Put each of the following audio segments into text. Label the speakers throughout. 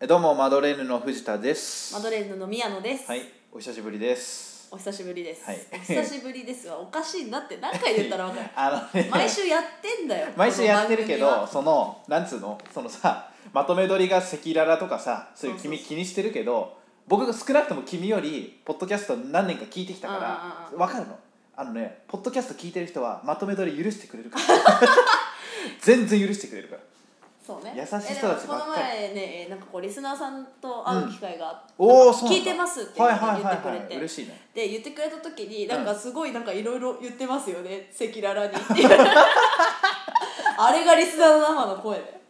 Speaker 1: えどうもマドレーヌの藤田です
Speaker 2: マドレーヌの宮野です、
Speaker 1: はいお久しぶりです
Speaker 2: お久しぶりです、
Speaker 1: はい
Speaker 2: お久しぶりで すはおかしいなって何回言ったら分かる
Speaker 1: あのね
Speaker 2: 毎週やってんだよ
Speaker 1: 毎週やってるけ
Speaker 2: こ
Speaker 1: ど
Speaker 2: の番
Speaker 1: そのなんつうのそのさまとめ撮りが赤裸々とかさそういう
Speaker 2: そうそう
Speaker 1: 君
Speaker 2: そう
Speaker 1: 気にしてるけど僕が少なくとも君よりポッドキャスト何年か聞いてきた
Speaker 2: あ
Speaker 1: か
Speaker 2: ああ
Speaker 1: らわかるのあのねポッドキャスト聞いてる人はまとめ撮り許してくれるから 全然許してくれるから
Speaker 2: 組はそうね
Speaker 1: 優しい人たちばっかり
Speaker 2: えでもこの前ねえなんかこうリスナーさんと会う機会があって、
Speaker 1: おおそうなんだ
Speaker 2: 聞いてますって言
Speaker 1: は
Speaker 2: っ
Speaker 1: い
Speaker 2: て
Speaker 1: はい
Speaker 2: 言ってく
Speaker 1: はい
Speaker 2: れ
Speaker 1: はい
Speaker 2: て、
Speaker 1: 嬉しいね
Speaker 2: で言ってくれた時になんかすごいなんかいろいろ言ってますよね赤裸々に あれがリスナーの生の声で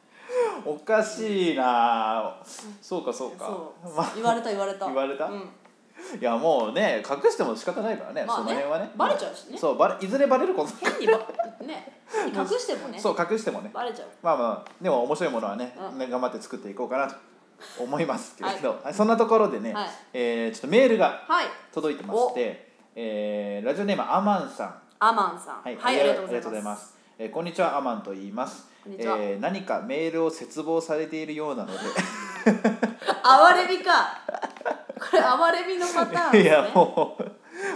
Speaker 1: おかしいなそうかそうか
Speaker 2: そう、
Speaker 1: まあ
Speaker 2: 言われた言われた
Speaker 1: 言われた
Speaker 2: うん、
Speaker 1: いやもうね隠しても仕方ないからね,、
Speaker 2: まあ
Speaker 1: その
Speaker 2: ね
Speaker 1: 辺はね
Speaker 2: バレちゃうしね
Speaker 1: そうバレいずれバレる こと
Speaker 2: 変にばね変に隠してもね
Speaker 1: そう隠してもね
Speaker 2: バレちゃう
Speaker 1: まあまあでも面白いものはね、
Speaker 2: う
Speaker 1: ね頑張って作っていこうかなと思いますけれど、そんなところでね、
Speaker 2: はい
Speaker 1: えーちょっとメールが
Speaker 2: はい
Speaker 1: 届いてまして、えーラジオネームアマンさん
Speaker 2: アマンさん
Speaker 1: はい、
Speaker 2: ありがとうございます
Speaker 1: す。えーこんにちは、アマンと言います。
Speaker 2: こんにちは
Speaker 1: えー何かメールを切望されているような の
Speaker 2: 哀れみかこれ哀れみのパターン
Speaker 1: で、
Speaker 2: です、ね、
Speaker 1: いやもう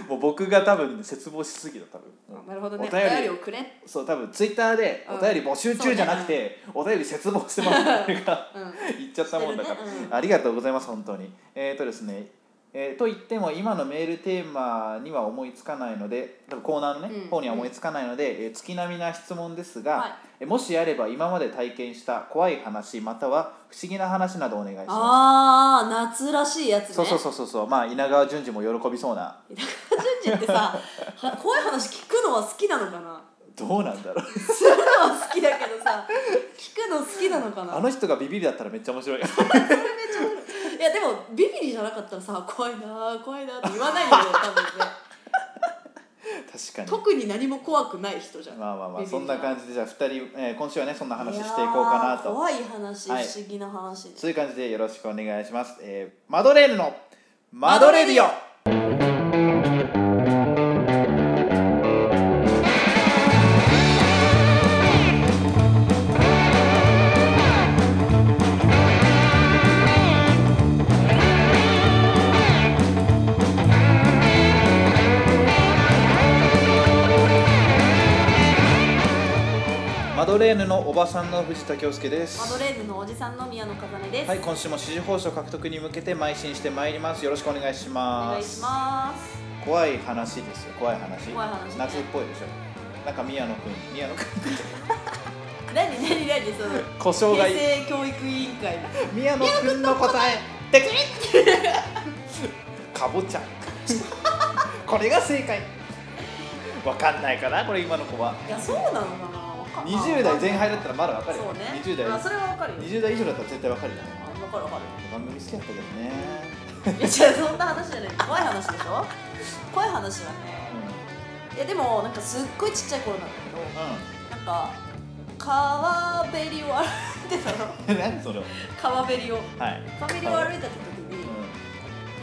Speaker 1: もう僕が多分切望しすぎた多分。
Speaker 2: なるほどね
Speaker 1: お
Speaker 2: お
Speaker 1: 便
Speaker 2: 便
Speaker 1: り
Speaker 2: りをくれ
Speaker 1: そう多分ツイッターで
Speaker 2: うん
Speaker 1: お便り募集中じゃなくて、お便り切望してますっていう か
Speaker 2: うん
Speaker 1: 言っちゃったもんだから、
Speaker 2: してるねうん
Speaker 1: ありがとうございます本当にえっ、とですねえーと言っても今のメールテーマには思いつかないので多分コーナーのね、
Speaker 2: うん
Speaker 1: 方には思いつかないので、えー月並みな質問ですが、
Speaker 2: はい
Speaker 1: えーもしあれば今まで体験した怖い話または不思議な話などお願いしま
Speaker 2: ああ夏らしいやつ
Speaker 1: す
Speaker 2: ね
Speaker 1: そうそうそうそうそうまあ稲川淳二も喜びそうな
Speaker 2: 田中淳二ってさは怖い話聞くのは好きなのかな
Speaker 1: どうなんだろう
Speaker 2: するのは好きだけどさ聞くの好きなのかな
Speaker 1: あの人がビビりだったらめっちゃ面白い
Speaker 2: いやでもビビリじゃなかったらさ怖いなー怖いなーって言わないよね多分ね
Speaker 1: 確かに
Speaker 2: 特に何も怖くない人じゃん
Speaker 1: まあまあまあ
Speaker 2: ビビリ
Speaker 1: そんな感じでじゃあ2人、えー今週はねそんな話していこうかな
Speaker 2: やー
Speaker 1: と
Speaker 2: 怖い話、
Speaker 1: はい
Speaker 2: 不思議な話ね
Speaker 1: そういう感じでよろしくお願いします、えーマドレーヌのマドレディオマドレーヌのおばさんの藤田恭介です
Speaker 2: マドレーヌのおじさんの宮野かざねです、
Speaker 1: はい、今週も支持報酬獲得に向けて邁進してまいります。よろしくお願いし
Speaker 2: お
Speaker 1: ます。
Speaker 2: 願いします
Speaker 1: 怖い話ですよ。怖い話。
Speaker 2: 怖い話ね
Speaker 1: 夏っぽいでしょ。なんか宮野くん、宮野くん。
Speaker 2: 何何何その
Speaker 1: 故障がいい
Speaker 2: 平。成教育委員会
Speaker 1: 宮野くんの答え。てくかぼちゃ。これが正解。わかんないかな、これ今の子は。
Speaker 2: いやそうなのかなわかんない
Speaker 1: 20代前半だったらまだわかるよ。
Speaker 2: そうね
Speaker 1: 20代
Speaker 2: あそれはわかるよ
Speaker 1: 20代以上だったら絶対わかるよね。
Speaker 2: あわかるわか
Speaker 1: 番組好きだったけどね。
Speaker 2: るいや違うそんな話じゃない怖い話でしょ怖い話はねいやでもなんかすっごいちっちゃい頃なんだけ
Speaker 1: う
Speaker 2: どなんか川べりを歩いてた の
Speaker 1: ん。うん。何それ。は
Speaker 2: 川べりを
Speaker 1: い。
Speaker 2: 川べりを歩いてた時に
Speaker 1: う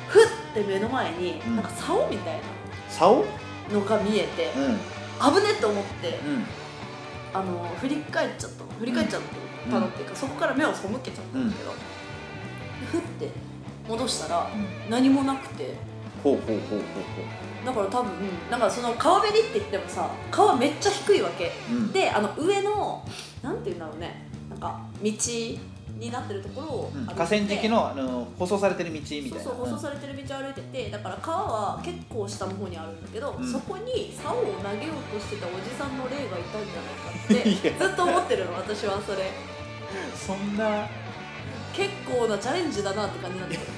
Speaker 2: ふって目の前に
Speaker 1: うん
Speaker 2: なんか竿みたい
Speaker 1: ん。竿。
Speaker 2: なのが見えて
Speaker 1: うん。
Speaker 2: 危ねって思って
Speaker 1: うん
Speaker 2: あの振り返っちゃったの振り返っちゃったのっていうか、そこから目を背けちゃったんだけど、ふって戻したら何もなくて
Speaker 1: ほうほうほうほうほ
Speaker 2: だから多分なんかその川べりって言ってもさ川めっちゃ低いわけ
Speaker 1: う、うん、
Speaker 2: であの上のなんて言うんだろうねなんか道になってるところを
Speaker 1: うん
Speaker 2: 歩いてて
Speaker 1: 河川敷のあの舗装されてる道みたい
Speaker 2: そ
Speaker 1: な
Speaker 2: うそう舗装されてる道を歩いててだから川は結構下の方にあるんだけど、
Speaker 1: うん
Speaker 2: そこに竿を投げようとしてたおじさんの霊がいたんじゃないかっ
Speaker 1: い
Speaker 2: てずっと思ってるの私はそれ。
Speaker 1: うんそんな
Speaker 2: 結構なチャレンジだなって感じなんだけど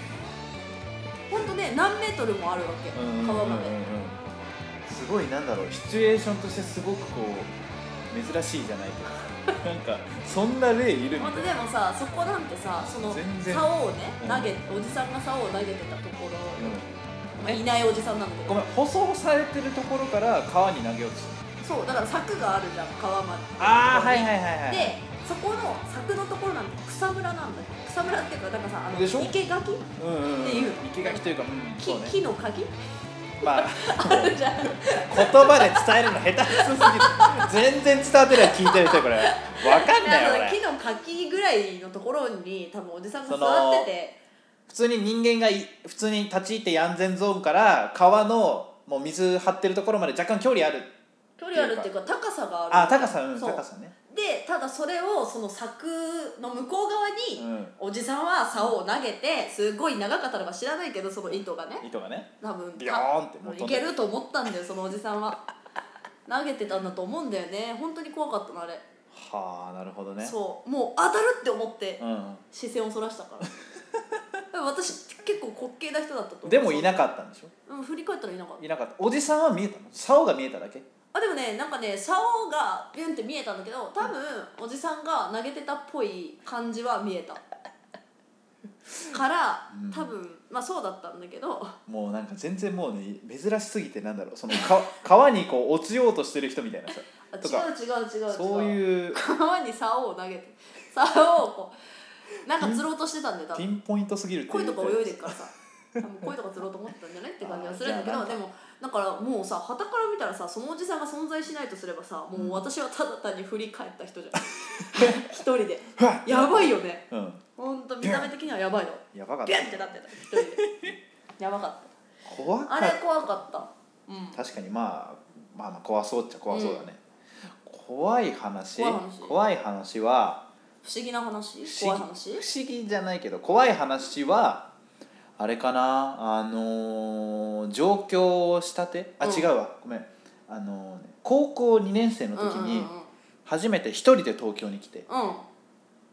Speaker 2: 本当ね何メートルもあるわけ
Speaker 1: うん
Speaker 2: 川ま
Speaker 1: うんうんう
Speaker 2: で
Speaker 1: んすごいなんだろうシチュエーションとしてすごくこう珍しいじゃない けどなんかそんな例いるみた
Speaker 2: 本当
Speaker 1: い
Speaker 2: で
Speaker 1: な
Speaker 2: もさそこなんてさその
Speaker 1: 全然
Speaker 2: 竿をね
Speaker 1: うん
Speaker 2: 投げおじさんが竿を投げてたところ、
Speaker 1: う
Speaker 2: まあ、いないおじさんなんだけ
Speaker 1: ん、ご
Speaker 2: ど
Speaker 1: めん舗装されてるところから川に投げ落ちた
Speaker 2: そうだから柵があるじゃん川まで
Speaker 1: ーはいは
Speaker 2: でそこの柵のところなんて草むらなんだよ草むらっていうかなんかさあの
Speaker 1: でしょ
Speaker 2: 生垣
Speaker 1: うんうんうん
Speaker 2: っていう
Speaker 1: 生垣というか、うん、
Speaker 2: 木
Speaker 1: そうね
Speaker 2: 木の鍵
Speaker 1: ま あ
Speaker 2: あるじゃん
Speaker 1: 言葉で伝えるの下手くそすぎる全然伝わってない聞いてる人これわかんないよ
Speaker 2: あの
Speaker 1: こ
Speaker 2: 木
Speaker 1: れ
Speaker 2: の柿ぐらいのところに多分おじさんが
Speaker 1: そ
Speaker 2: 座
Speaker 1: の
Speaker 2: ってて
Speaker 1: 普通に人間がい普通に立ち入って安全ゾーンから川のもう水張ってるところまで若干距離ある
Speaker 2: 距離あるっていうか高さがある
Speaker 1: あ高さうん
Speaker 2: そう
Speaker 1: 高さね
Speaker 2: でただそれをその柵の向こう側
Speaker 1: う
Speaker 2: に
Speaker 1: ん
Speaker 2: おじさんは竿を投げてすごい長かったのか知らないけどその糸がね
Speaker 1: 糸がね
Speaker 2: 多分
Speaker 1: ビヨーンって
Speaker 2: もう
Speaker 1: 飛
Speaker 2: い
Speaker 1: んで
Speaker 2: けると思ったんだよそのおじさんは投げてたんだと思うんだよね本当に怖かったのあれ、
Speaker 1: はあなるほどね
Speaker 2: そうもう当たるって思って
Speaker 1: うん
Speaker 2: 視線をそらし たから私結構滑稽な人だったと思う
Speaker 1: でもいなかったんでしょ
Speaker 2: うん、振り返ったらいなかった
Speaker 1: いなかったおじさんは見えたの竿が見えただけ
Speaker 2: あでもねなんかね竿がビュンって見えたんだけど多分おじさんが投げてたっぽい感じは見え たから
Speaker 1: うん
Speaker 2: 多分まあそうだったんだけど
Speaker 1: もうなんか全然もうね珍しすぎてなんだろうそのか川にこう落ちようとしてる人みたいなさ
Speaker 2: あ違
Speaker 1: とか
Speaker 2: う違う違う違う
Speaker 1: そう
Speaker 2: う
Speaker 1: いう
Speaker 2: 川に竿を投げて竿をこうなんか釣ろうとしてたんで多
Speaker 1: ピ
Speaker 2: 分
Speaker 1: ンポイントすぎるって
Speaker 2: 鯉
Speaker 1: う
Speaker 2: とか泳いで るからさ多分鯉とか釣ろうと思ってたんじゃないって感じはするんだけ
Speaker 1: あ
Speaker 2: ど
Speaker 1: ーじ
Speaker 2: で
Speaker 1: ゃあ
Speaker 2: もだからもうさはたから見たらさそのおじさんが存在しないとすればさもう私はただ単に振り返った人じゃん 一人で
Speaker 1: ふわっ
Speaker 2: やばいよね
Speaker 1: うん
Speaker 2: ほんと見た目的にはやばいの
Speaker 1: やばかっ
Speaker 2: ビュンって
Speaker 1: た
Speaker 2: なってた一人でやばかっ
Speaker 1: 怖
Speaker 2: た
Speaker 1: か
Speaker 2: あ
Speaker 1: っ
Speaker 2: れ
Speaker 1: た
Speaker 2: 怖かったうん
Speaker 1: 確かにまあまあまあ怖そうっちゃ怖そうだね、怖い話
Speaker 2: 怖い話
Speaker 1: 怖い話は
Speaker 2: 不思議な話
Speaker 1: 不
Speaker 2: 怖
Speaker 1: 思
Speaker 2: い
Speaker 1: 議
Speaker 2: 話
Speaker 1: 不思議じゃないけど怖い話はあれかなあのー上京したてあ、
Speaker 2: うん
Speaker 1: 違うわごめんあのーね高校2年生の時
Speaker 2: うんうんうん
Speaker 1: に初めて一人で東京に来て
Speaker 2: う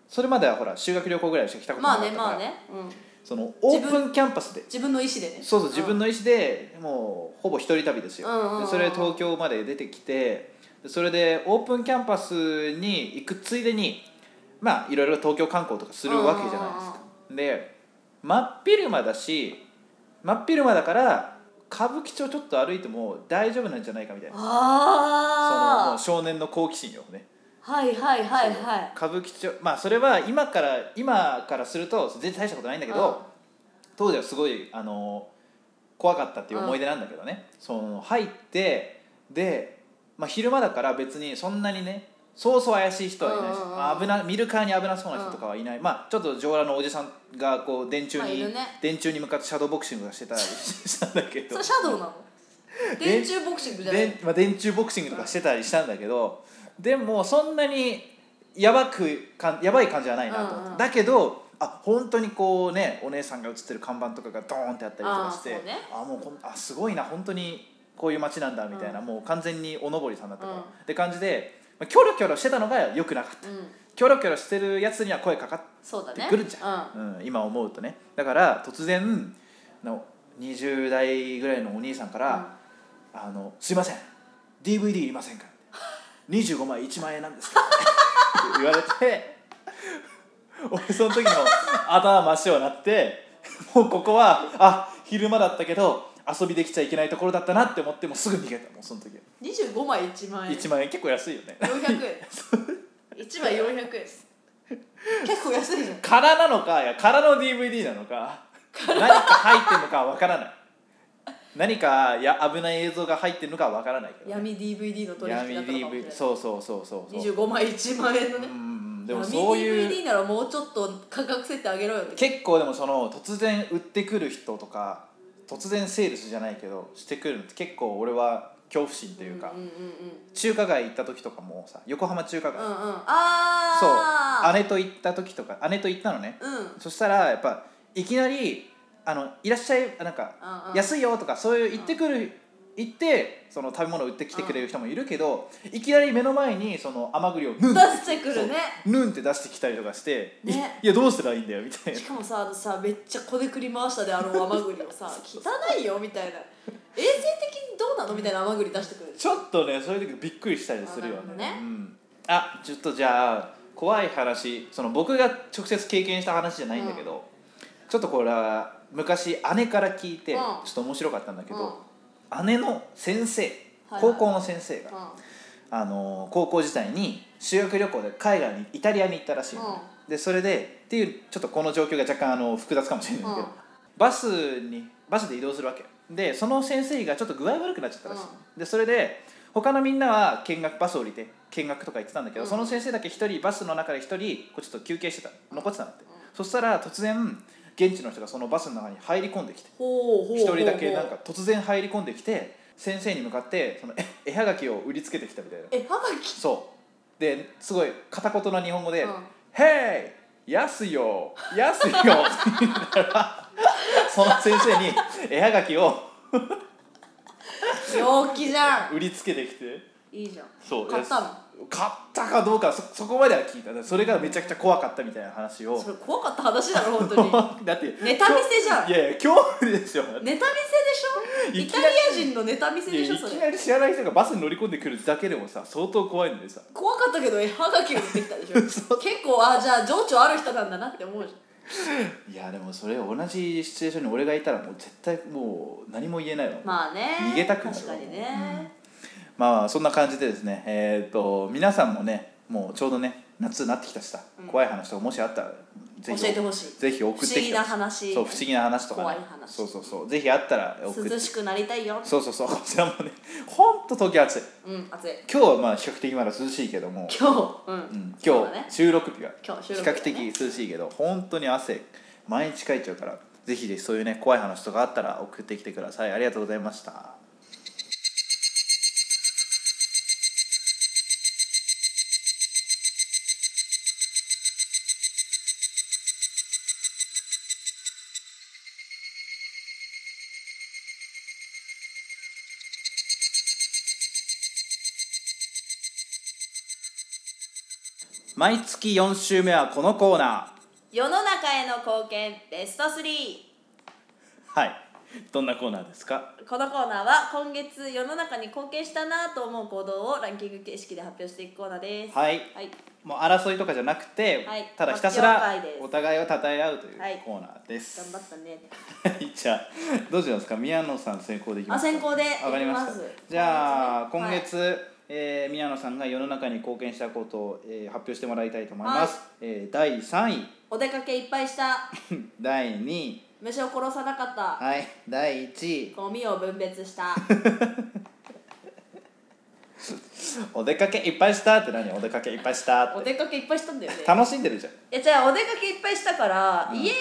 Speaker 1: それまではほら修学旅行ぐらいしか来たこ
Speaker 2: ん
Speaker 1: とな
Speaker 2: ま
Speaker 1: か
Speaker 2: あ
Speaker 1: っ
Speaker 2: ね
Speaker 1: たから、
Speaker 2: まあねうん
Speaker 1: そのオープンキャンパスで
Speaker 2: 自分の意思でね
Speaker 1: そうそう自分
Speaker 2: の
Speaker 1: の意思でもうほぼ一人旅ですよ、
Speaker 2: うんうんうんうん
Speaker 1: でそれで東京まで出てきてでそれでオープンキャンパスに行くついでにまあいろいろ東京観光とかするわけじゃないですかで真っ昼間だし真っ昼間だから歌舞伎町ちょっと歩いても大丈夫なんじゃないかみたいなそのも
Speaker 2: あ
Speaker 1: う少年の好奇心よね
Speaker 2: あはいはいはいはい
Speaker 1: 歌舞伎町まあそれは今から今からすると全然大したことないんだけど、当時はすごいあの怖かったっていう思い出なんだけどね、その入ってで、まあ、昼間だから別にそんなにねそうそう怪しい人はいないし、
Speaker 2: うんうんうん
Speaker 1: まあ危な見るからに危なそうな人とかはいない、まあちょっと上裸のおじさんがこう電柱
Speaker 2: まあい
Speaker 1: に、
Speaker 2: るね
Speaker 1: 電柱に向かってシャドーボクシングがしてたりしたんだけ
Speaker 2: そ
Speaker 1: ど
Speaker 2: れシャドウなの電柱ボクシングじゃない
Speaker 1: 電,、まあ、電柱ボクシングとかしてたりしたんだけど、でもそんなにやばくかんやばい感じはないなと思って、
Speaker 2: うんうん
Speaker 1: だけどあ本当にこうねお姉さんが映ってる看板とかがドーンってあったりとかして
Speaker 2: あーそうね
Speaker 1: あもうこんあすごいな本当にこういう街なんだみたいな、もう完全におのぼりさんだったから、
Speaker 2: うん
Speaker 1: って感じで、まあ、キョロキョロしてたのがよくなかった
Speaker 2: うん
Speaker 1: キョロキョロしてるやつには声かかっ
Speaker 2: そうだ
Speaker 1: て
Speaker 2: ね
Speaker 1: くるじゃん、うん今思うとねだから突然の20代ぐらいのお兄さんから「あのすいません DVD いりませんか25枚1万円なんですかって言われて俺その時の頭真っ白になってもうここはあ昼間だったけど遊びできちゃいけないところだったなって思ってもうすぐ逃げたもうその時は
Speaker 2: うん25枚1万円
Speaker 1: 1万円結構安いよね
Speaker 2: 400円1枚400円です結構安いじゃん
Speaker 1: 空なのかいや空の DVD なのか何か入ってるのかわからない何かや危ない映像が入ってるのかわからないけど、
Speaker 2: 闇 DVD の取
Speaker 1: 闇
Speaker 2: 引だったのかもしれ
Speaker 1: DVD そうそうそうそうそう
Speaker 2: 25枚1万円のね
Speaker 1: うんうんでもそういう
Speaker 2: DVD ならもうちょっと価格設定上げろよって
Speaker 1: 結構でもその突然売ってくる人とか突然セールスじゃないけどしてくるのって結構俺は恐怖心というか、
Speaker 2: うんうんうん
Speaker 1: 中華街行った時とかもさ横浜中華
Speaker 2: うんう
Speaker 1: 街、
Speaker 2: んあ
Speaker 1: そう
Speaker 2: あ
Speaker 1: 姉と行った時とか姉と行ったのね
Speaker 2: うんうん
Speaker 1: そしたらやっぱいきなりあの「いらっしゃい」なんか
Speaker 2: う
Speaker 1: 「
Speaker 2: ん
Speaker 1: 安いよ」とかそういう行ってくる行ってその食べ物売ってきてくれる人もいるけどいきなり目の前にその甘栗をヌン
Speaker 2: 出してくるね
Speaker 1: ヌンって出してきたりとかして「い
Speaker 2: ね
Speaker 1: いやどうしたらいいんだよ」みたいな
Speaker 2: しかもさあのさめっちゃこねくり回したであの甘栗を さ汚いよみたいな衛生的にどうなのみたいな甘栗出してくる
Speaker 1: ちょっとねそういう時びっくりしたりするよ
Speaker 2: あなるほど
Speaker 1: ね
Speaker 2: ね
Speaker 1: うん、あちょっとじゃあ怖い話その僕が直接経験した話じゃないんだけど、ちょっとこれは昔姉から聞いて、
Speaker 2: うん
Speaker 1: ちょっと面白かったんだけ
Speaker 2: うん
Speaker 1: ど、姉の先生
Speaker 2: はい
Speaker 1: 高校の先生が、
Speaker 2: う
Speaker 1: あのー高校時代に修学旅行で海外にイタリアに行ったらしいのね、でそれでっていうちょっとこの状況が若干あの複雑かもしれないけど、
Speaker 2: うん
Speaker 1: バスにバスで移動するわけでその先生がちょっと具合悪くなっちゃったらしい、でそれで他のみんなは見学バス降りて見学とか行ってたんだけど、
Speaker 2: うん
Speaker 1: その先生だけ一人バスの中で一人こうちょっと休憩してた残ってたんだって、
Speaker 2: うん
Speaker 1: そしたら突然現地の人がそのバスの中に入り込んできて
Speaker 2: ほうほうほう
Speaker 1: 一人だけなんか突然入り込んできて先生に向かってそのえ絵はがきを売りつけてきたみたいな
Speaker 2: えはがき
Speaker 1: そうですごい片言の日本語で
Speaker 2: うん
Speaker 1: 「Hey! 安いよ安いよ」って言ったらその先生に絵はがきを
Speaker 2: 陽気じゃん
Speaker 1: 売りつけてきて
Speaker 2: いいじゃん
Speaker 1: そう
Speaker 2: 買ったの
Speaker 1: 買ったかどうかそそこまでは聞いたそれがめちゃくちゃ怖かったみたいな話を
Speaker 2: それ怖かった話だろ本当に
Speaker 1: だって
Speaker 2: ネタ見せじゃん
Speaker 1: いやいや恐怖ですよ
Speaker 2: ネタ見せでしょ
Speaker 1: い
Speaker 2: イ
Speaker 1: き
Speaker 2: タ
Speaker 1: な
Speaker 2: リ
Speaker 1: り
Speaker 2: ア人のネタ見せで
Speaker 1: い
Speaker 2: し
Speaker 1: や
Speaker 2: ょ
Speaker 1: い
Speaker 2: そ
Speaker 1: き
Speaker 2: れ
Speaker 1: なり知らない人がバスに乗り込んでくるだけでもさ相当怖いのでさ
Speaker 2: 怖かったけど絵はがきをってきたでし ょ結構あじゃあ情緒ある人なんだなって思うじゃ
Speaker 1: いやでもそれ同じシチュエーションに俺がいたらもう絶対もう何も言えないわ
Speaker 2: んまあね
Speaker 1: 逃げたくなる
Speaker 2: 確かに
Speaker 1: うん
Speaker 2: ね、
Speaker 1: まあそんな感じでですねえっ、と皆さんもねもうちょうどね夏になってきたしさ、
Speaker 2: うん
Speaker 1: 怖い話とかもしあったらぜひ
Speaker 2: 教えてほしい
Speaker 1: ぜひ送ってきて
Speaker 2: 不思議な話
Speaker 1: そう不思議な話とか、ね、
Speaker 2: 怖い話
Speaker 1: そうそうそうぜひあったら送って
Speaker 2: 涼しくなりたいよ
Speaker 1: そうそうそうこちらもねほんと東京暑い
Speaker 2: うん暑い
Speaker 1: 今日はまあ比較的まだ涼しいけども
Speaker 2: 今日うん、
Speaker 1: うん、
Speaker 2: そう
Speaker 1: 今
Speaker 2: だね
Speaker 1: 日収録日は比
Speaker 2: 今日収録日
Speaker 1: 較
Speaker 2: はね
Speaker 1: 的涼しいけど本当に汗毎日かいちゃうからぜひぜひそういうね怖い話とかあったら送ってきてくださいありがとうございました毎月4週目はこのコーナ
Speaker 2: 世の中への貢献ベスト3
Speaker 1: ーはいどんなコーナーですか
Speaker 2: このコーナーは今月世の中に貢献したなと思う行動をランキング形式で発表していくコーナーです
Speaker 1: はい
Speaker 2: はい、
Speaker 1: もう争いとかじゃなくて、
Speaker 2: はい
Speaker 1: ただひたす
Speaker 2: 発
Speaker 1: ら
Speaker 2: 表会です
Speaker 1: お互いを称え合うという
Speaker 2: はい
Speaker 1: コーナーです、
Speaker 2: 頑張ったね
Speaker 1: じゃあどうしますか宮野さん先行でいきますか
Speaker 2: あ先行で
Speaker 1: わかりました
Speaker 2: いきます
Speaker 1: じゃあ
Speaker 2: そう
Speaker 1: 今
Speaker 2: ですね
Speaker 1: 月、えー宮野さんが世の中に貢献したことを、えー発表してもらいたいと思います、
Speaker 2: は
Speaker 1: えー第3位
Speaker 2: お出かけいっぱいした
Speaker 1: 第2位
Speaker 2: 虫を殺さなかった
Speaker 1: はい第1位
Speaker 2: ゴミを分別した
Speaker 1: お出かけいっぱいしたって何お出かけいっぱいした
Speaker 2: お
Speaker 1: って
Speaker 2: 出かけいっぱいしたんだよね
Speaker 1: 楽しんでるじゃん
Speaker 2: いやじゃあお出かけいっぱいしたから、
Speaker 1: うん
Speaker 2: 家自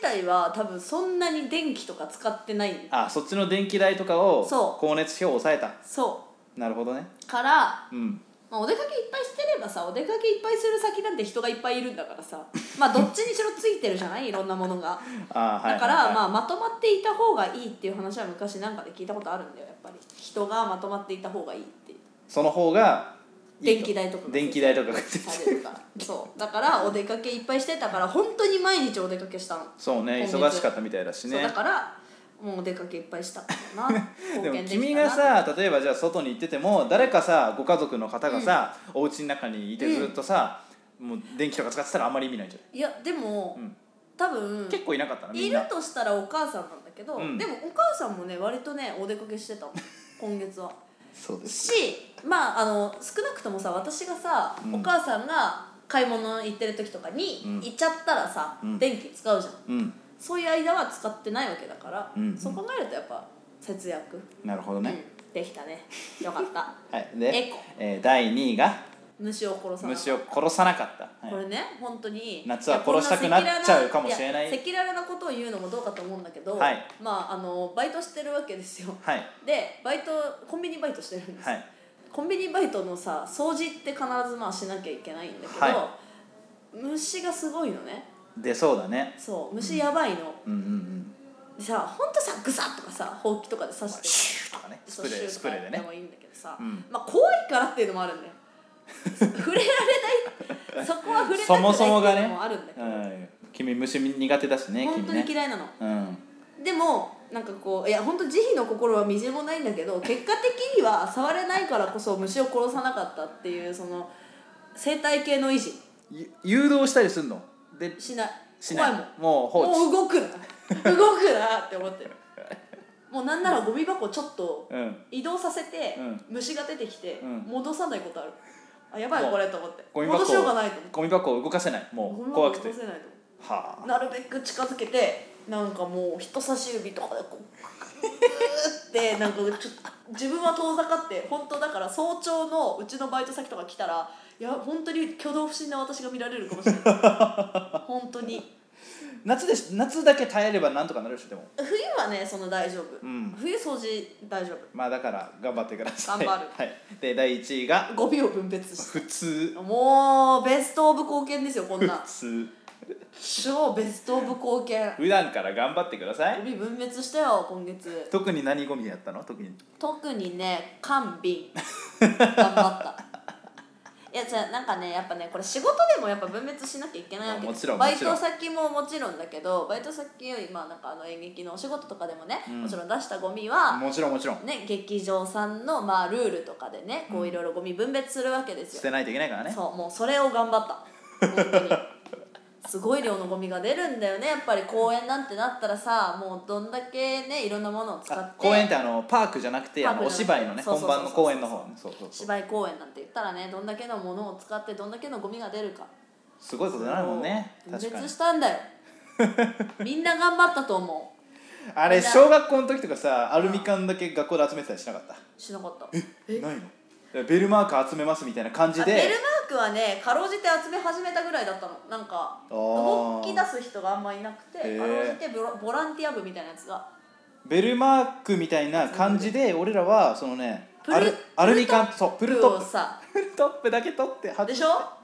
Speaker 2: 体は多分そんなに電気とか使ってない
Speaker 1: あそっちの電気代とかを
Speaker 2: そう
Speaker 1: 光熱費を抑えた
Speaker 2: そ
Speaker 1: なるほどね
Speaker 2: うから
Speaker 1: うん
Speaker 2: まあ、お出かけいっぱいしてればさお出かけいっぱいする先なんて人がいっぱいいるんだからさまあどっちにしろついてるじゃないいろんなものが
Speaker 1: あーはい
Speaker 2: だから、
Speaker 1: はいはい
Speaker 2: まあ、まとまっていた方がいいっていう話は昔なんかで聞いたことあるんだよやっぱり人がまとまっていた方がいいっていう
Speaker 1: その方がいい
Speaker 2: 電気代とかが
Speaker 1: 電気代とかが
Speaker 2: されるからそうだからお出かけいっぱいしてたから本当に毎日お出かけしたの、
Speaker 1: そうね
Speaker 2: 今月
Speaker 1: 忙しかったみたいだし
Speaker 2: そう
Speaker 1: ね
Speaker 2: だからもうお出かけいっぱいしたからな
Speaker 1: でも
Speaker 2: 貢献できたな
Speaker 1: 君がさ例えばじゃあ外に行ってても誰かさご家族の方がさ、お家の中にいてずっとさ、もう電気とか使ってたらあんまり意味ないじゃ
Speaker 2: いやでも、
Speaker 1: うん
Speaker 2: 多分
Speaker 1: ん結構いなかったなみ
Speaker 2: い
Speaker 1: ん
Speaker 2: る
Speaker 1: な
Speaker 2: としたらお母さんなんだけど、
Speaker 1: うん
Speaker 2: でもお母さんもね割とねお出かけし てたの今月は
Speaker 1: そうで
Speaker 2: しまああの少なくともさ私がさ、
Speaker 1: うん
Speaker 2: お母さんが買い物行ってる時とかに
Speaker 1: うん
Speaker 2: 行っちゃったらさ、
Speaker 1: うん
Speaker 2: 電気使うじゃ
Speaker 1: う
Speaker 2: ん
Speaker 1: ん
Speaker 2: そういう間は使ってないわけだから、
Speaker 1: うんうん
Speaker 2: そう考えるとやっぱ節約、
Speaker 1: なるほどね、
Speaker 2: うん、できたねよかった
Speaker 1: はいで
Speaker 2: エコ、
Speaker 1: えー第2位が
Speaker 2: 虫を殺さない
Speaker 1: 虫を殺さなかった、
Speaker 2: こ
Speaker 1: はい
Speaker 2: れね本当に
Speaker 1: 夏は殺したくなっちゃうかもしれない
Speaker 2: や赤裸々なことを言うのもどうかと思うんだけど、
Speaker 1: はい
Speaker 2: まああのバイトしてるわけですよ
Speaker 1: はい
Speaker 2: でバイトコンビニバイトしてるんです、
Speaker 1: はい
Speaker 2: コンビニバイトのさ掃除って必ずまあしなきゃいけないんだけど、
Speaker 1: は
Speaker 2: 虫がすごいのね
Speaker 1: でそうだね
Speaker 2: そう虫やばいの、
Speaker 1: うんうんうん
Speaker 2: でさほんとさグサッとかさほうきとかで刺して
Speaker 1: シューとかねスプレースプレーで
Speaker 2: で
Speaker 1: ね
Speaker 2: もいいんだけどさ、
Speaker 1: うん
Speaker 2: まあ怖いからっていうのも あるんだよ触れられないそこは触れたく
Speaker 1: そ
Speaker 2: ない
Speaker 1: も
Speaker 2: って
Speaker 1: そもが
Speaker 2: いう
Speaker 1: ね
Speaker 2: のもあ るんだけど、
Speaker 1: うん、君虫苦手だしね
Speaker 2: 本
Speaker 1: 君
Speaker 2: 当に
Speaker 1: ね
Speaker 2: 嫌いなの、
Speaker 1: うん
Speaker 2: でもなんかこういや本当慈悲の心はみじもないんだ けど結果的には触れないからこそ虫を殺さなかったっていうその生態系の維持
Speaker 1: ゆ誘導したりするので
Speaker 2: しない
Speaker 1: しない
Speaker 2: 怖い
Speaker 1: もう放
Speaker 2: もん
Speaker 1: 置
Speaker 2: もう動くな動くなって思ってるもうなんならゴミ箱ちょっと
Speaker 1: うん
Speaker 2: 移動させて、
Speaker 1: うん
Speaker 2: 虫が出てきて、
Speaker 1: うん
Speaker 2: 戻さないことあるあやば
Speaker 1: も
Speaker 2: いうこれと思って
Speaker 1: ゴミ
Speaker 2: 戻
Speaker 1: 箱
Speaker 2: しようがないと思って
Speaker 1: ゴミ箱を動かせないも
Speaker 2: ゴ
Speaker 1: う
Speaker 2: ミ
Speaker 1: 怖
Speaker 2: 箱
Speaker 1: くて
Speaker 2: 戻せないと思って
Speaker 1: はあ
Speaker 2: なるべく近づけてなんかもう人差し指とかでこうグーってなんかちょっと自分は遠ざかって本当だから早朝のうちのバイト先とか来たらいや本当に挙動不審な私が見られるかもしれない本当に
Speaker 1: 夏でし夏だけ耐えればなんとかなるでしょでも
Speaker 2: 冬はねその大丈夫、
Speaker 1: うん
Speaker 2: 冬掃除大丈夫
Speaker 1: まあだから頑張ってください
Speaker 2: 頑張る
Speaker 1: はい、で第1位が
Speaker 2: ゴミを分別して
Speaker 1: 普通
Speaker 2: もうベスト・オブ貢献ですよこ んなん
Speaker 1: 普通
Speaker 2: 超ベスト・オブ貢献
Speaker 1: 普段から頑張ってくださ
Speaker 2: ゴ
Speaker 1: い
Speaker 2: ミ分別したよ今月
Speaker 1: 特に何ゴミやったの特に
Speaker 2: 特にね缶瓶頑張ったいやじゃあなんかねやっぱねこれ仕事でもやっぱ分別しなきゃいけないわけで
Speaker 1: あもちろん
Speaker 2: バイ
Speaker 1: も
Speaker 2: ト
Speaker 1: ちろ
Speaker 2: 先ももちろんだけどバイト先よりまあなんかあの演劇のお仕事とかでもね、
Speaker 1: うん
Speaker 2: もちろん出したゴミは、
Speaker 1: もちろんもちろん
Speaker 2: ね、劇場さんのまあルールとかでねこういろいろゴミ分別するわけです
Speaker 1: 捨
Speaker 2: よ、
Speaker 1: てないといけないからね
Speaker 2: そうもうそれを頑張った本当にすごい量のゴミが出るんだよねやっぱり公園なんてなったらさもうどんだけねいろんなものを使って
Speaker 1: あ公園ってあのパークじゃなくてあの
Speaker 2: パー
Speaker 1: お
Speaker 2: クじゃ
Speaker 1: 芝
Speaker 2: なくて
Speaker 1: 居のね
Speaker 2: そう
Speaker 1: 本
Speaker 2: そうそうそう
Speaker 1: 番の公演の方ねそうそうそう
Speaker 2: 芝居公演なんて言ったらねどんだけのものを使ってどんだけのゴミが出るか
Speaker 1: すごいことになるもんね
Speaker 2: 分
Speaker 1: 確かに
Speaker 2: 別した んだよみんな頑張ったと思う
Speaker 1: あれ小学校の時とかさアルミ缶だけ学校で集めてたりしなかった
Speaker 2: しなかったえ
Speaker 1: ないのベルマーク集めますみたいな感じ
Speaker 2: あベル
Speaker 1: で
Speaker 2: マークはねかろうじて集め始めたぐらいだったのなんか
Speaker 1: あー
Speaker 2: 動き出す人があんまいなくて
Speaker 1: へー
Speaker 2: かろうじてボラボランティア部みたいなやつが
Speaker 1: ベルマークみたいな感じで俺らはそのね
Speaker 2: プル
Speaker 1: アルアルミ缶そうプルト
Speaker 2: を
Speaker 1: ップ
Speaker 2: さ
Speaker 1: プルトップだけ取って貼って
Speaker 2: でしょあ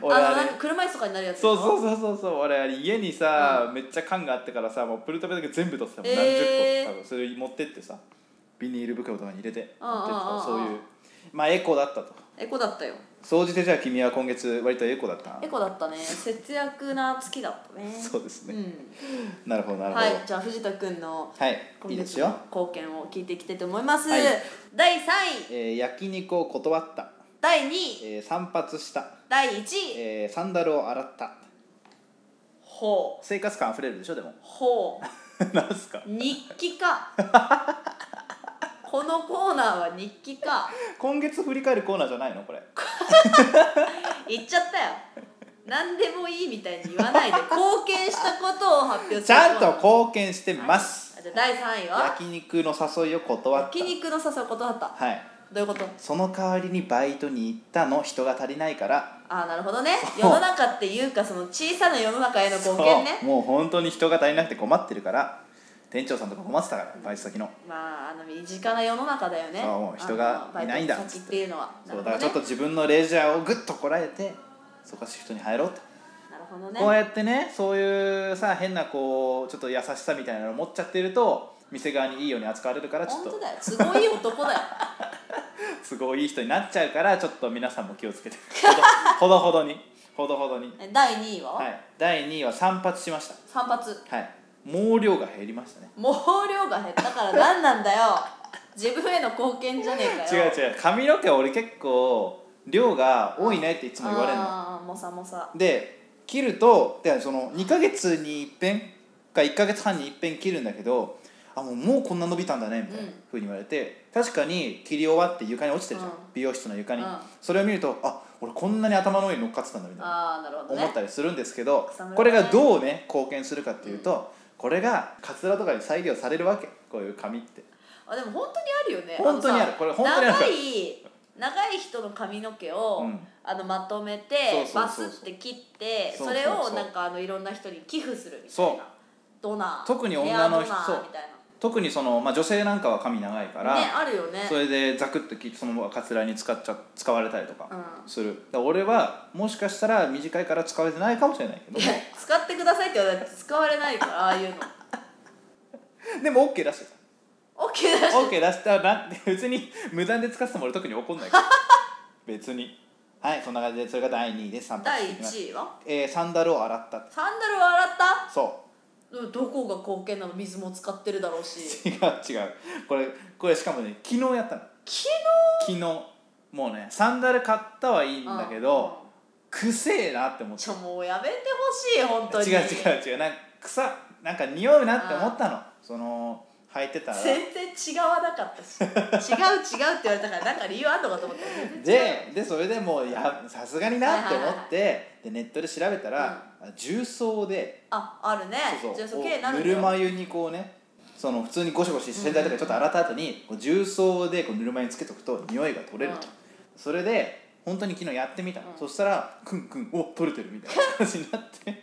Speaker 2: の
Speaker 1: 俺あ
Speaker 2: なん
Speaker 1: れ
Speaker 2: か車椅子とかになるやつ
Speaker 1: そうそう
Speaker 2: う
Speaker 1: そうそうそう俺あれ家にさ、めっちゃ缶があってからさもうプルトップだけ全部取ってたもん、
Speaker 2: えー
Speaker 1: 何十個多分それ持ってってさビニール袋とかに入れて
Speaker 2: うんうん
Speaker 1: 持っ
Speaker 2: うんうん
Speaker 1: てってたそういうまあエコだったと
Speaker 2: エコだったよ
Speaker 1: 総じてじゃあ君は今月割とエコだったな
Speaker 2: エコだったね節約な月だったね
Speaker 1: そうですね
Speaker 2: う、
Speaker 1: なるほどなんるほど
Speaker 2: はいじゃあ藤田君の
Speaker 1: はい、い、い
Speaker 2: 今
Speaker 1: です
Speaker 2: 月
Speaker 1: よ
Speaker 2: の、貢献を聞いていきたいと思います、
Speaker 1: はい
Speaker 2: 第3
Speaker 1: え
Speaker 2: 位
Speaker 1: ー焼肉を断った、
Speaker 2: 第2位
Speaker 1: えー散髪した、
Speaker 2: 第1位
Speaker 1: えーサンダルを洗った
Speaker 2: ほう
Speaker 1: 生活感あふれるでしょでも
Speaker 2: ほう
Speaker 1: なんすか
Speaker 2: 日 記かこのコーナーは日記か
Speaker 1: 今月振り返るコーナーじゃないのこれ
Speaker 2: 言っちゃったよ何でもいいみたいに言わないで貢献したことを発表する
Speaker 1: ちゃんと
Speaker 2: コー
Speaker 1: 貢献して
Speaker 2: ナー
Speaker 1: ます
Speaker 2: あじゃあ第3位は
Speaker 1: 焼肉の誘いを断った
Speaker 2: 焼肉の誘い断った
Speaker 1: はい
Speaker 2: どういうこと
Speaker 1: その代わりにバイトに行ったの人が足りないから
Speaker 2: ああなるほどね
Speaker 1: そう
Speaker 2: 世の中っていうかその小さな世の中への貢献
Speaker 1: そう
Speaker 2: ね
Speaker 1: もう本当に人が足りなくて困ってるから店長さんとか困ってたからバイト先の
Speaker 2: まああの身近な世の中だよね
Speaker 1: そうもう人がいないんだ
Speaker 2: あのバイト先っていうのは
Speaker 1: そうだ
Speaker 2: な
Speaker 1: から
Speaker 2: る
Speaker 1: ちょっ
Speaker 2: ほど
Speaker 1: と
Speaker 2: ね
Speaker 1: 自分のレジャーをぐっとこらえてそこはシフトに入ろうと
Speaker 2: なるほど
Speaker 1: こう
Speaker 2: ね
Speaker 1: やってねそういうさ変なこうちょっと優しさみたいなの持っちゃってると店側にいいように扱われるからちょっ
Speaker 2: 本当
Speaker 1: と
Speaker 2: だよすごい 男だよ
Speaker 1: すごいいい人になっちゃうからちょっと皆さんも気をつ けてほどほどほどにほどほどに
Speaker 2: え第2位は、
Speaker 1: はい第2位は散髪しまし
Speaker 2: 散髪
Speaker 1: たはい毛量が減りましたね
Speaker 2: 毛量が減ったから何なんだよ自分への貢献じゃねえか
Speaker 1: 違
Speaker 2: よ
Speaker 1: う違う髪の毛俺結構量が多いねっていつも言われるの
Speaker 2: あーもさもさ
Speaker 1: で切るとでその2ヶ月に一遍か1ヶ月半に一遍切るんだけどあもうもうこんな伸びたんだねみたいな
Speaker 2: うん
Speaker 1: ふうに言われて、確かに切り終わって床に落ちてるじゃん、
Speaker 2: うん
Speaker 1: 美容室の床に、
Speaker 2: うん
Speaker 1: それを見るとあ俺こんなに頭の上に乗っかってたんだみたいな
Speaker 2: ああなるほどね
Speaker 1: 思ったりするんですけど、
Speaker 2: 草むらね
Speaker 1: これがどうね貢献するかっていうと、これがカツラとかに再利用されるわけこういう髪って
Speaker 2: あでも本当にあるよね
Speaker 1: 本当にある
Speaker 2: のさ
Speaker 1: これ本当にある
Speaker 2: 長い長い人の髪の毛を、
Speaker 1: うん
Speaker 2: あのまとめて
Speaker 1: そう
Speaker 2: バ
Speaker 1: そうそうそう
Speaker 2: スって切って
Speaker 1: そう
Speaker 2: そ
Speaker 1: そうそう
Speaker 2: れをなんかあのいろんな人に寄付するみた
Speaker 1: そ
Speaker 2: いうなドナー
Speaker 1: 特に女の人
Speaker 2: ヘアドナーみたい
Speaker 1: 特にその、まあ、女性なんかは髪長いか
Speaker 2: な
Speaker 1: ら、
Speaker 2: ねあるよね
Speaker 1: それでザクッと切ってそのままカツラに使っちゃ使われたりとか
Speaker 2: うん
Speaker 1: する、だから俺はもしかしたら短いから使われてないかもしれないけど
Speaker 2: いや使ってくださいって言われて使われないからああいうの
Speaker 1: でも OK 出してた
Speaker 2: OK
Speaker 1: OK 出
Speaker 2: だし
Speaker 1: したらな別に 無断で使っても俺特に怒んないから 別にはいそんな感じでそれが第2位で3
Speaker 2: 第1位は
Speaker 1: えーサンダルを洗ったって
Speaker 2: サンダルを洗った
Speaker 1: そ
Speaker 2: どどこが貢献なの水も使ってるだろうし
Speaker 1: う違う違うこれこれしかもね昨日やったの
Speaker 2: 昨
Speaker 1: 昨日もうねサンダル買ったはいいん
Speaker 2: 日
Speaker 1: だけど、くせえなって思って
Speaker 2: ちょもうやめてほしい本当に
Speaker 1: 違う違う違うなんか臭なんか匂うなって思ったのその履いてたら
Speaker 2: 全然違わなかったし違う違うって言われたからなんか理由あんのかと思ったら全然違う
Speaker 1: ででそれでもうやさすがになって思って、でネットで調べたら、重曹で
Speaker 2: ああるねじゃあそ
Speaker 1: こ
Speaker 2: う
Speaker 1: う
Speaker 2: 綺麗になる
Speaker 1: ぬ
Speaker 2: んだよ
Speaker 1: るま湯にこうねその普通にゴシゴシ洗剤とかちょっと洗った後にこう重曹でこうぬるま湯につけとくと匂いが取れると、
Speaker 2: うん
Speaker 1: それで本当に昨日やってみたの、
Speaker 2: うん
Speaker 1: そしたらクンクンお取れてるみた いな感じになって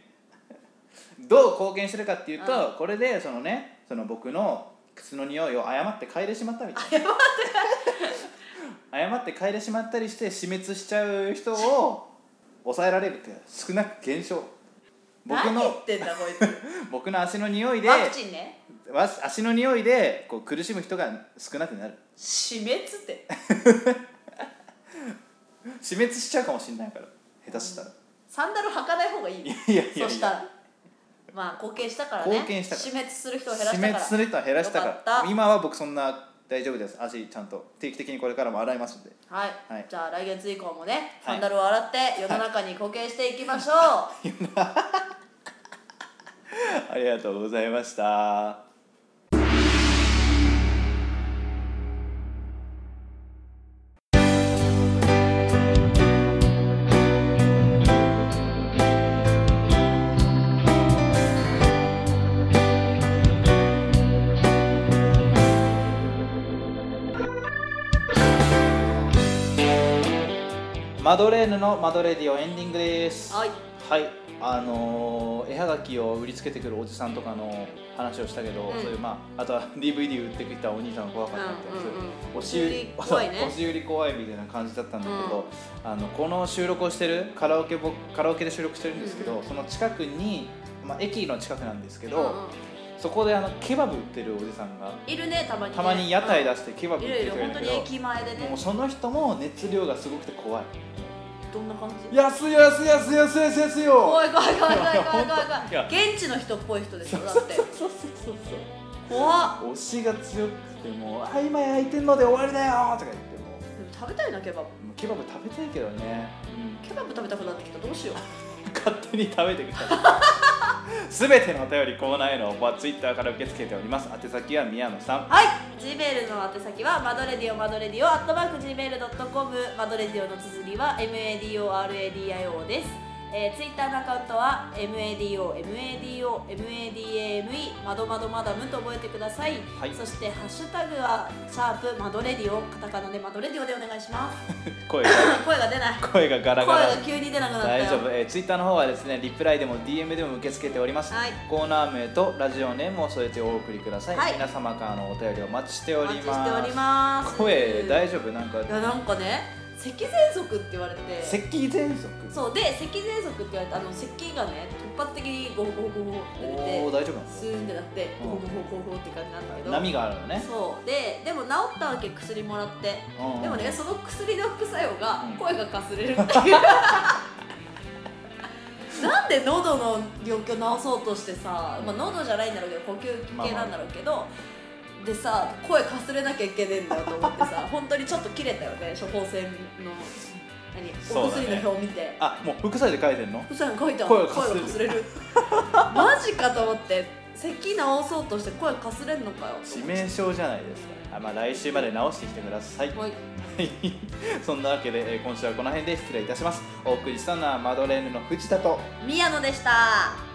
Speaker 1: どう貢献してるかっていうと、
Speaker 2: う
Speaker 1: これでそのねその僕の靴の匂いを誤って嗅いでしまったみたいな誤って嗅いでしまったりして死滅しちゃう人を抑えられるって少なく減少僕
Speaker 2: 何言
Speaker 1: の
Speaker 2: ってんだこいつ
Speaker 1: 僕の足の匂いで
Speaker 2: ワクチンね
Speaker 1: わ足の匂いでこう苦しむ人が少なくなる
Speaker 2: 死滅って
Speaker 1: 死滅しちゃうかもしれないから下手したら、
Speaker 2: サンダル履かない方がいい
Speaker 1: いやいやいやいや
Speaker 2: そしたらまあ貢献したからね
Speaker 1: 貢献したから
Speaker 2: 死滅する人を減ら
Speaker 1: 死
Speaker 2: した
Speaker 1: 滅
Speaker 2: から
Speaker 1: する人は減らしたから
Speaker 2: よかった
Speaker 1: 今は僕そんな大丈夫です足ちゃんと定期的にこれからも洗いますんで
Speaker 2: はい、
Speaker 1: はい
Speaker 2: じゃあ来月以降もね
Speaker 1: はい
Speaker 2: サンダルを洗って世の中に貢献していきましょう、
Speaker 1: ありがとうございましたマドレーヌのマドレディオエンディングです。
Speaker 2: はい
Speaker 1: はい、あのー絵はがきを売りつけてくるおじさんとかの話をしたけど、
Speaker 2: うん
Speaker 1: そういうまああとは DVD 売ってきたお兄さんが怖かったみたいな、
Speaker 2: うんうんうん
Speaker 1: そういう押し売り
Speaker 2: 押し売り怖いね
Speaker 1: 押し売り怖いみたいな感じだったんだけど、あのこの収録をしてるカラオケボカラオケで収録してるんですけど、
Speaker 2: うんうん
Speaker 1: その近くに、まあ、駅の近くなんですけど、
Speaker 2: うんうん
Speaker 1: そこであのケバブ売ってるおじさんが
Speaker 2: いるねたまにね
Speaker 1: たまに屋台出
Speaker 2: し
Speaker 1: してケバブ売っ
Speaker 2: いる
Speaker 1: て
Speaker 2: い
Speaker 1: る
Speaker 2: る
Speaker 1: 人がいる
Speaker 2: 本
Speaker 1: んだ
Speaker 2: 当に
Speaker 1: けど。
Speaker 2: 駅前で
Speaker 1: も
Speaker 2: ね
Speaker 1: うその人も熱量がすごくて怖い
Speaker 2: どんな感じ
Speaker 1: 安い安い安い安い安い安いよ
Speaker 2: 怖い怖い怖い怖い怖い怖い
Speaker 1: いや
Speaker 2: 怖い現地の人っぽい人でしょだって
Speaker 1: そうそうそうそう
Speaker 2: 怖っ
Speaker 1: 推しが強くてもう「あ今焼いてんので終わりだよ」とか言っても
Speaker 2: でも食べたいなケバブ
Speaker 1: うもうケバブ食べたいけどね、
Speaker 2: ケバブ食べたくなってきたどうしよう
Speaker 1: 勝手に食べてくだ さいすべてのお便りコーナーへのオファーツイッターから受け付けております宛先は宮野さん
Speaker 2: はい Gmail の宛先はマドレディオマドレディオアットマーク Gmail.com マドレディオの綴りは MADORADIO です、えー、Twitter のアカウントは MADOMADOMADAME マドマドマダムと覚えてください、
Speaker 1: はい
Speaker 2: そしてハッシュタグはシャープマドレディオカタカナでマドレディオでお願いします
Speaker 1: 声が
Speaker 2: 声が出ない
Speaker 1: 声がガラ
Speaker 2: 声
Speaker 1: ガラ
Speaker 2: が急に出なくなったよ
Speaker 1: 大丈夫、えー、ツイッターの方はですねリプライでも DM でも受け付けております、
Speaker 2: はい
Speaker 1: コーナー名とラジオネームを添えてお送りください、
Speaker 2: はい
Speaker 1: 皆様からのお便りをお待ちして
Speaker 2: お
Speaker 1: おり
Speaker 2: 待
Speaker 1: ま
Speaker 2: ち
Speaker 1: す
Speaker 2: しております
Speaker 1: 声大
Speaker 2: 丈
Speaker 1: 丈夫なんか
Speaker 2: いやなんかね咳喘息って言われて
Speaker 1: 咳喘息
Speaker 2: そうで咳喘息って言われてあの咳がね突発的にゴホゴホゴホって出
Speaker 1: おおー
Speaker 2: て
Speaker 1: 大丈夫なの
Speaker 2: スーンってなって
Speaker 1: うん
Speaker 2: ゴホゴホゴホって感じなんだけど
Speaker 1: 波があるのね
Speaker 2: そうででも治ったわけ薬もらって
Speaker 1: うんうん
Speaker 2: でもねその薬の副作用が
Speaker 1: うん
Speaker 2: 声がかすれる っていう、なんで喉の病気を治そうとしてさ、まあ、喉じゃないんだろうけど呼吸系なんだろうけど、でさ声かすれなきゃいけねえんだよと思ってさ本当にちょっと切れたよね処方箋の何
Speaker 1: そ
Speaker 2: お
Speaker 1: うだね
Speaker 2: 薬の表を見て、
Speaker 1: あもう副菜で書いてんの
Speaker 2: 普段書いた
Speaker 1: 声
Speaker 2: 声
Speaker 1: が
Speaker 2: が
Speaker 1: か
Speaker 2: か
Speaker 1: すれる
Speaker 2: す れるマジかと思って咳治そうとして声かすれんのかよ
Speaker 1: 致命傷じゃないですかあまあ来週まで直してきてください
Speaker 2: はい
Speaker 1: そんなわけで、えー今週はこの辺で失礼いたしますお送りしたのはマドレーヌの藤田と
Speaker 2: 宮野でした